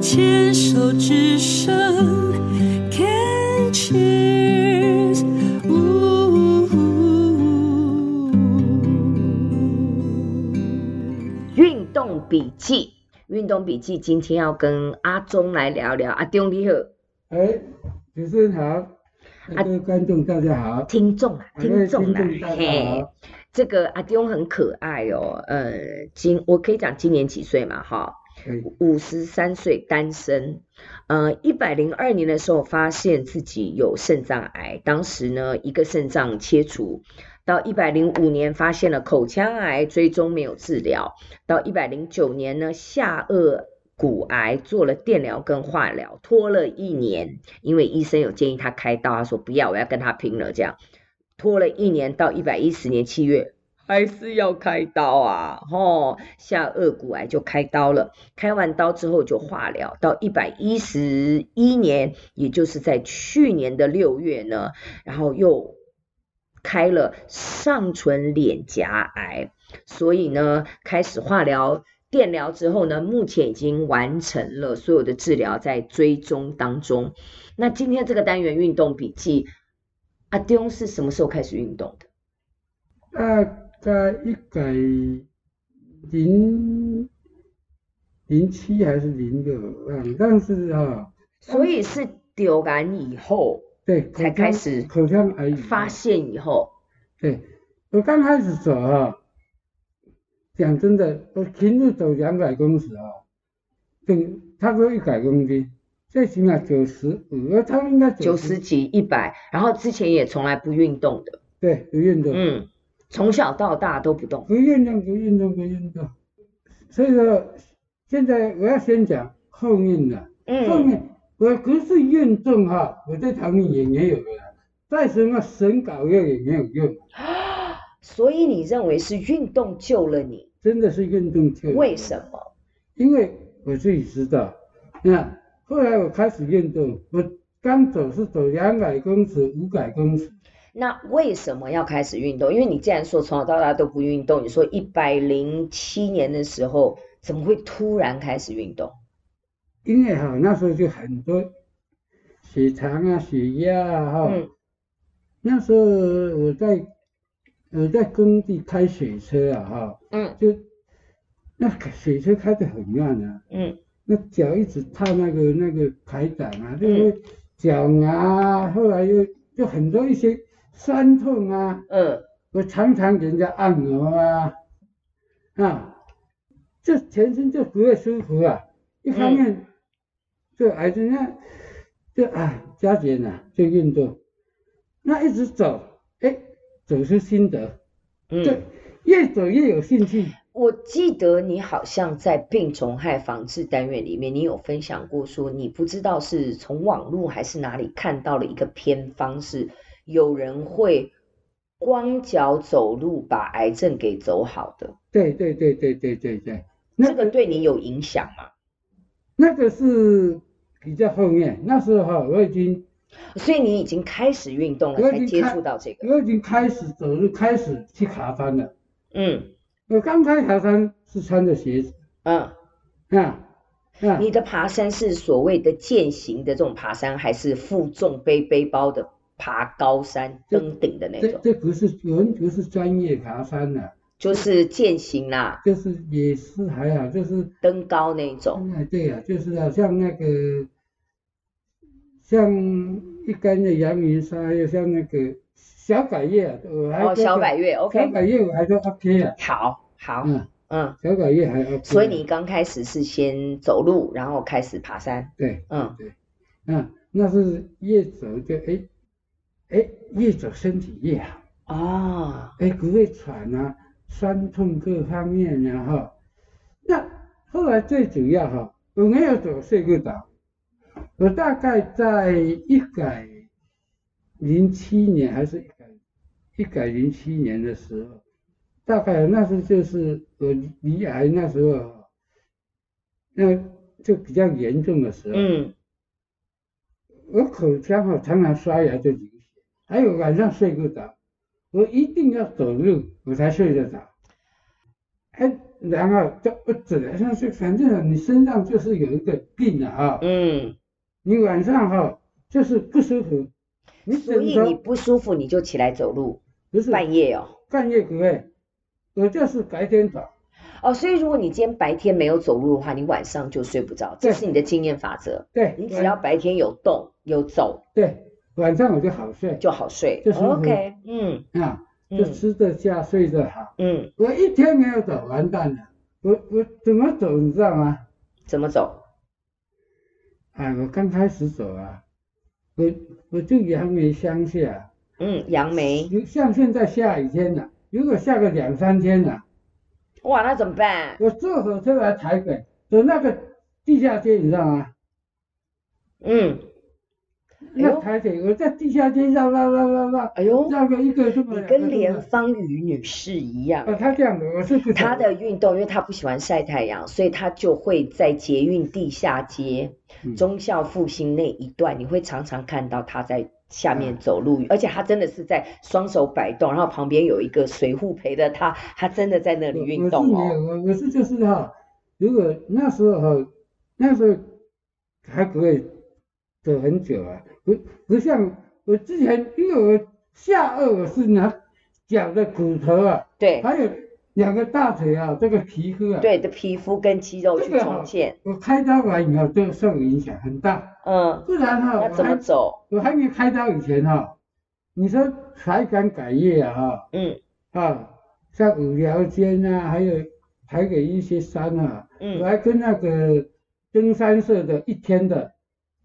牵手之声，Can cheers。运动笔记，运动笔记，今天要跟阿忠来聊聊。阿忠你好，哎，主持人好，啊各位观众大家好，听众啊，各位听众啊，哎大家嘿，好，这个阿忠很可爱哦。呃，今我可以讲今年几岁嘛？哈，哎五十三岁，单身。呃，一百零二年的时候发现自己有肾脏癌，当时呢一个肾脏切除。到一百零五年发现了口腔癌，追踪没有治疗。到一百零九年呢，下颚骨癌做了电疗跟化疗，拖了一年，因为医生有建议他开刀，他说不要，我要跟他拼了，这样拖了一年到一百一十年七月。还是要开刀啊！吼，下颚骨癌就开刀了，开完刀之后就化疗，到一百一十一年，也就是在去年的六月呢，然后又开了上唇脸颊癌，所以呢，开始化疗、电疗之后呢，目前已经完成了所有的治疗，在追踪当中。那今天这个单元运动笔记，阿丢是什么时候开始运动的？嗯哎大概一百零零七还是零六，嗯，但是啊，所以是丢完以后对，口才腔开始口腔癌以后发，现以后，对，我刚开始走啊，讲真的，我平日走两百公尺啊，等差不多一百公斤，最起码九十五，呃他们应该九十，几、一百，然后之前也从来不运动的，对，不运动。嗯，从小到大都不动。不运动，不运动，不运动。所以说，现在我要先讲后面的，后嗯，面我不是运动哈，我对他们也没有用，啊再什么神搞药也没有用，所以你认为是运动救了你？真的是运动救。为什么？因为我自己知道，那后来我开始运动，我刚走是走两百公尺、五百公尺，那为什么要开始运动？因为你既然说从小到大都不运动，你说一百零七年的时候怎么会突然开始运动？因为哈那时候就很多血糖啊、血压啊哈。嗯那时候我在我在工地开水车啊，哈，嗯就那个水车开得很慢啊，嗯那脚一直踏那个那个排档啊，就是脚啊，后来又就很多一些酸痛啊，嗯，我常常给人家按摩啊，啊，这全身就不会舒服啊。一方面，这癌症那，这啊加减啊，就运动，那一直走，哎，走出心得，嗯这越走越有兴趣。我记得你好像在病虫害防治单元里面，你有分享过说，你不知道是从网络还是哪里看到了一个偏方，是有人会光脚走路把癌症给走好的，对对对对对对对，这那个对你有影响吗？那个是比较后面，那时候哈我已经所以你已经开始运动了，我已才经接开触到这个。我已经开始走路，开始去爬山了。嗯我刚开始爬山是穿着鞋子嗯，啊啊，你的爬山是所谓的健行的这种爬山，还是负重背背包的爬高山这登顶的那这种？这不是我们不是专业爬山的、就是健行啦、就是也是还好，啊就是登高那一种。哎对呀、就是好像那个像一根的阳明山，又像那个小百叶啊，我还哦，觉得小百越小，OK，百叶我还说 OK 啊，好，好，嗯，嗯，小百叶还 OK，啊所以你刚开始是先走路，然后开始爬山，对嗯，啊，那是越走就哎哎越走身体啊越好。哦，哎，不会喘啊，酸痛各方面啊哈。那后来最主要哈，我没有走睡不着，我大概在一百零七年还是一百一百零七年的时候，大概那时候就是我离癌那时候哈，那就比较严重的时候，嗯，我口腔哈常常刷牙就流血，还有晚上睡不着，我一定要走路我才睡得着。哎，然后就呃怎么上去，反正啊你身上就是有一个病啊，嗯，你晚上哈、就是不舒服，你只所能以说你不舒服你就起来走路，不是半夜哦。半夜不会，我就是白天走，哦，所以如果你今天白天没有走路的话，你晚上就睡不着，这对是你的经验法则。对，你只晚要白天有动有走对晚上我就好睡就好睡。就是 OK，嗯啊，就嗯吃得下，睡得好。嗯，我一天没有走，完蛋了，我我怎么走你知道吗？怎么走？啊，我刚开始走啊，我我就杨梅乡下，嗯，杨梅，如像现在下雨天了、如果下个两三天了、哇，那怎么办？我坐火车来台北，走那个地下街，你知道吗？嗯，哎那呦台北，我在地下街绕绕绕绕绕，哎呦，绕个一个这么你两个跟钟连头芳瑜女士一样哦，，他这样子，我是不她走的运动，因为她不喜欢晒太阳，所以她就会在捷运地下街、嗯忠孝复兴那一段，你会常常看到她在嗯下面走路，而且她真的是在双手摆动，然后旁边有一个随护陪着她，她真的在那里我运动我是没有哦。我我是就是哈、如果那时候哈、那时候还不会走很久啊，不不像我之前，因为我下颚我是拿脚的骨头啊，对还有两个大腿啊，这个皮肤啊，，对的，皮肤跟肌肉去这个重哈建，我开刀完以后就受影响很大，嗯，不然哈、那我怎么还走？我还没开刀以前哈、你说才敢改业啊哈、嗯啊，像五寮尖啊，还有台北一些山啊，我嗯，还跟那个登山社的一天的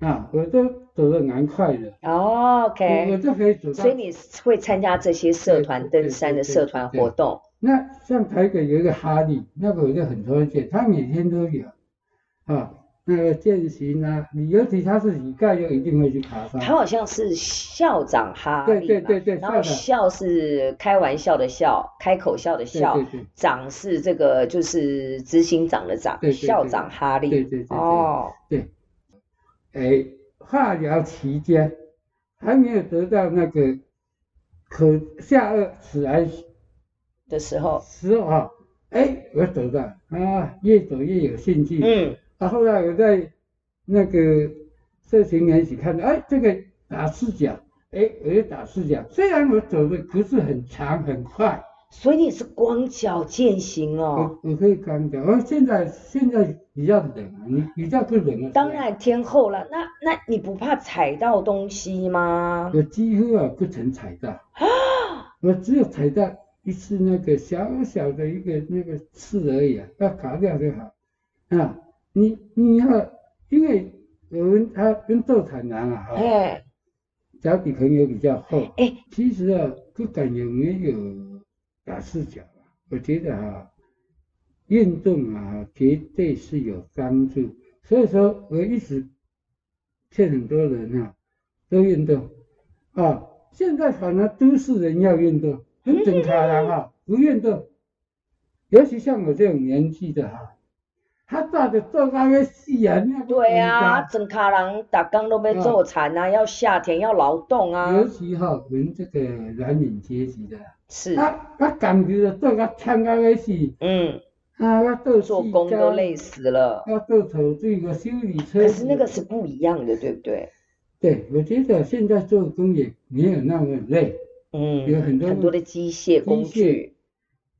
啊，我都走得蛮快的，哦我我，OK，就可以走到所以。你会参加这些社对团对登对山对的社团对活动，那像台北有一个哈利，那个我就很推荐，他每天都有啊，那个践行啊，你尤其他是乞丐，就一定会去爬山。他好像是校长哈利嗯对嘛，对对对然后校校是开玩笑的笑，开口笑的笑，对对对长是这个就是执行长的长，对对对校长哈利。对对对对哦，对，哎，化疗期间还没有得到那个口下颚齿癌的时候，时候啊，哎，我走到啊，越走越有兴趣。嗯，啊，后来我在那个社群媒体看到，哎，这个打赤脚，哎，我就打赤脚。虽然我走的不是很长很快，所以你是光脚践行哦。我我可以刚讲，我现在现在比较冷啊，你比较不冷了。当，然天后了，那那你不怕踩到东西吗？我几乎啊不曾踩到，啊我只有踩到一次那个小小的一个那个刺而已啊，要卡掉就好。啊，你你要、因为我们他跟斗产男啊，哈哎脚底可能有比较厚。哎，其实啊，不管有没有打赤脚啊，我觉得啊，运动啊，绝对是有帮助。所以说，我一直劝很多人啊，都运动啊。现在反而都市人要运动，很正常人啊，不运动，尤其像我这种年纪的哈、他咋的做那个戏啊？那个对啊，人整卡人打刚都被嗯做残啊，要夏天要劳动家，啊，尤其哈、我们这个蓝领阶级的啊、是，啊，我感觉就做甲呛到要死，嗯。啊，我做做四工都天累死了。我做头水，我修理车可子。是那个是不一样的，对不对？对，我觉得现在做工也没有那么累，嗯，有很多的机械工具。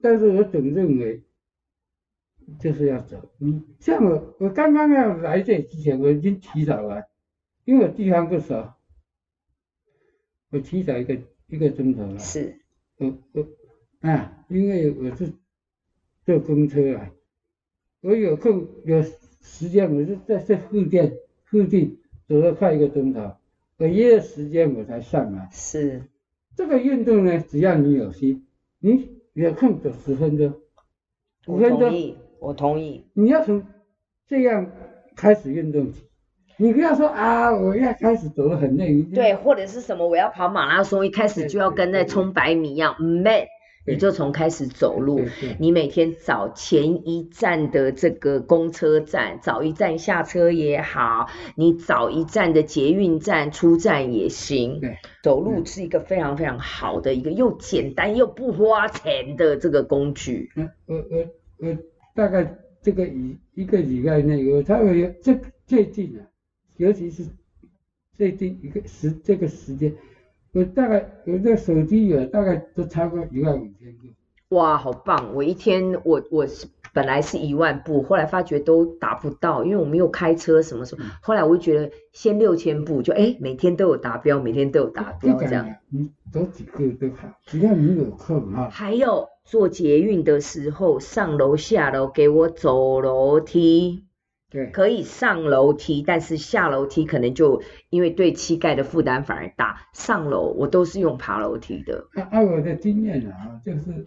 但是我总认为就是要走。你像我，我刚刚要来这里之前，我已经提早来，因为我地方不熟，我提早一个一个钟头来。是，我我呃啊，因为我是坐公车来，我有空有时间，我就在这附近附近走了快一个钟头，我约了时间我才上来。是，这个运动呢，只要你有心，你有空走十分钟、五我分同钟，意，我同意。你要从这样开始运动起。你不要说啊，我要开始走得很累。你就对，或者是什么，我要跑马拉松，一开始就要跟那冲百米一样，man，对你就从开始走路对对。你每天早前一站的这个公车站，早一站下车也好，你早一站的捷运站出站也行。对走路是一个非常非常呃好的一个又简单又不花钱的这个工具。嗯，我我我大概这个一一个礼拜内，我才会有这最近啊，尤其是最近一个时这个时间，我大概我这手机有大概都超过一万五千个。哇，好棒！我一天我我是本来是一万步，后来发觉都达不到，因为我没有开车什么什么。后来我就觉得先六千步，就哎每天都有达标，每天都有达不标这敢样。啊，你走几个都好，只要你有空啊哈、还有坐捷运的时候，上楼下楼给我走楼梯，对，可以上楼梯，但是下楼梯可能就因为对膝盖的负担反而大。上楼我都是用爬楼梯的。按、按我的经验啊，就是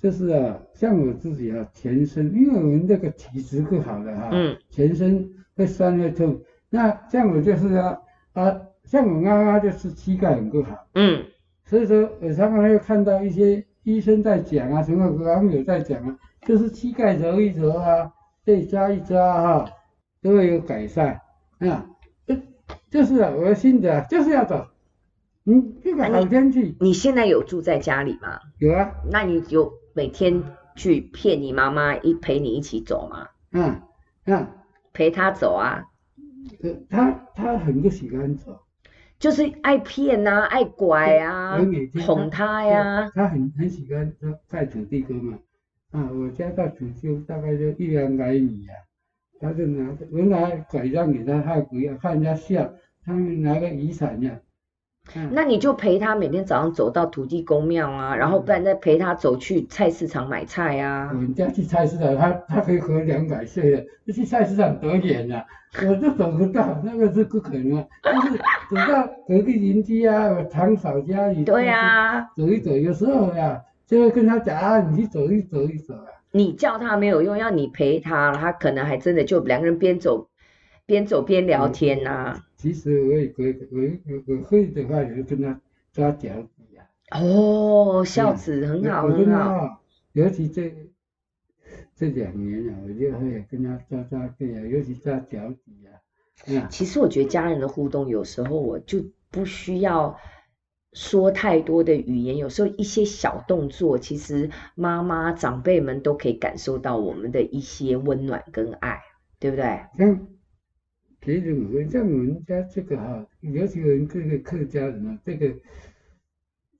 就是啊，像我自己啊，全身，因为我们这个体质不好的哈、嗯，全身会酸会痛。那像我就是啊啊，像我妈妈就是膝盖很不好，嗯所以说我常常会看到一些医生在讲啊，什么网友在讲啊，就是膝盖揉一揉啊，再抓一抓啊哈、都会有改善啊。这就是啊，我的心得啊，就是要走，嗯，这个好天气你现在有住在家里吗？有啊。那你有每天去骗你妈妈一陪你一起走吗？啊啊，陪她走啊，呃他他很不喜欢走，就是爱骗呐、爱拐啊我每，天哄她哎呀。他很很喜欢他在土地公嘛，啊，我家到土地公大概就一两百米啊，他就拿着我拿拐杖给他，他不要，看人家笑，他们拿个雨伞呀、啊，那你就陪她每天早上走到土地公庙啊，然后不然再陪她走去菜市场买菜啊我。们家去菜市场，他他可以活两百岁了，去菜市场多远啊？我都走不到，那个是不可能啊，就是走到隔壁邻居啊，我堂嫂家里，对啊呀、走一走，有时候呀，就会跟他讲啊，你去走一走一走啊。你叫她没有用，要你陪她，她可能还真的就两个人边走边走边嗯聊天呐、其实我也会，我我我会的话，也跟他抓脚底啊。哦，孝子很好我我跟很他好。啊，尤其这这两年啊，我就会跟他抓抓背啊，尤其抓脚底啊。啊，其实我觉得家人的互动，有时候我就不需要说太多的语言，有时候一些小动作，其实妈妈长辈们都可以感受到我们的一些温暖跟爱，对不对？像其实我们像我们家这个哈、尤其我们这个客家人啊，这个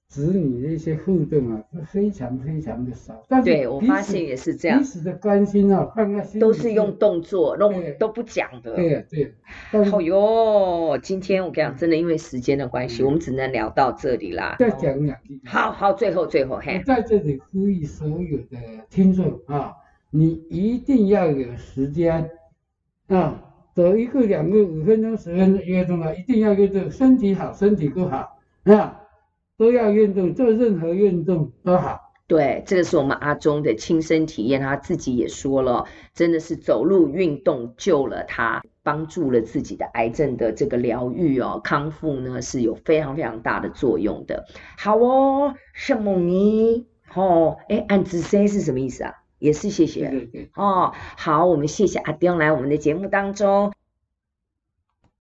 子女的一些互动啊，是非常非常的少。但是对我彼发此现也是这样彼，此的关心啊，放在心里都是用动作，对弄都不讲的。对呀啊对呀，但是好哟，今天我跟你讲，真的因为时间的关系，嗯我们只能聊到这里啦。再讲两句。好好，最后最后我嘿，在这里呼吁所有的听众啊，你一定要有时间啊，走一个、两个、五分钟、十分钟运动啊，一定要运动，身体好，身体不好啊，都要运动，做任何运动都好。对，这个是我们阿忠的亲身体验，他自己也说了，真的是走路运动救了他，帮助了自己的癌症的这个疗愈哦，康复呢是有非常非常大的作用的。好哦，圣母尼，哦，哎，按子 C 是什么意思啊？也是谢谢对对对。哦。好，我们谢谢阿丁来我们的节目当中。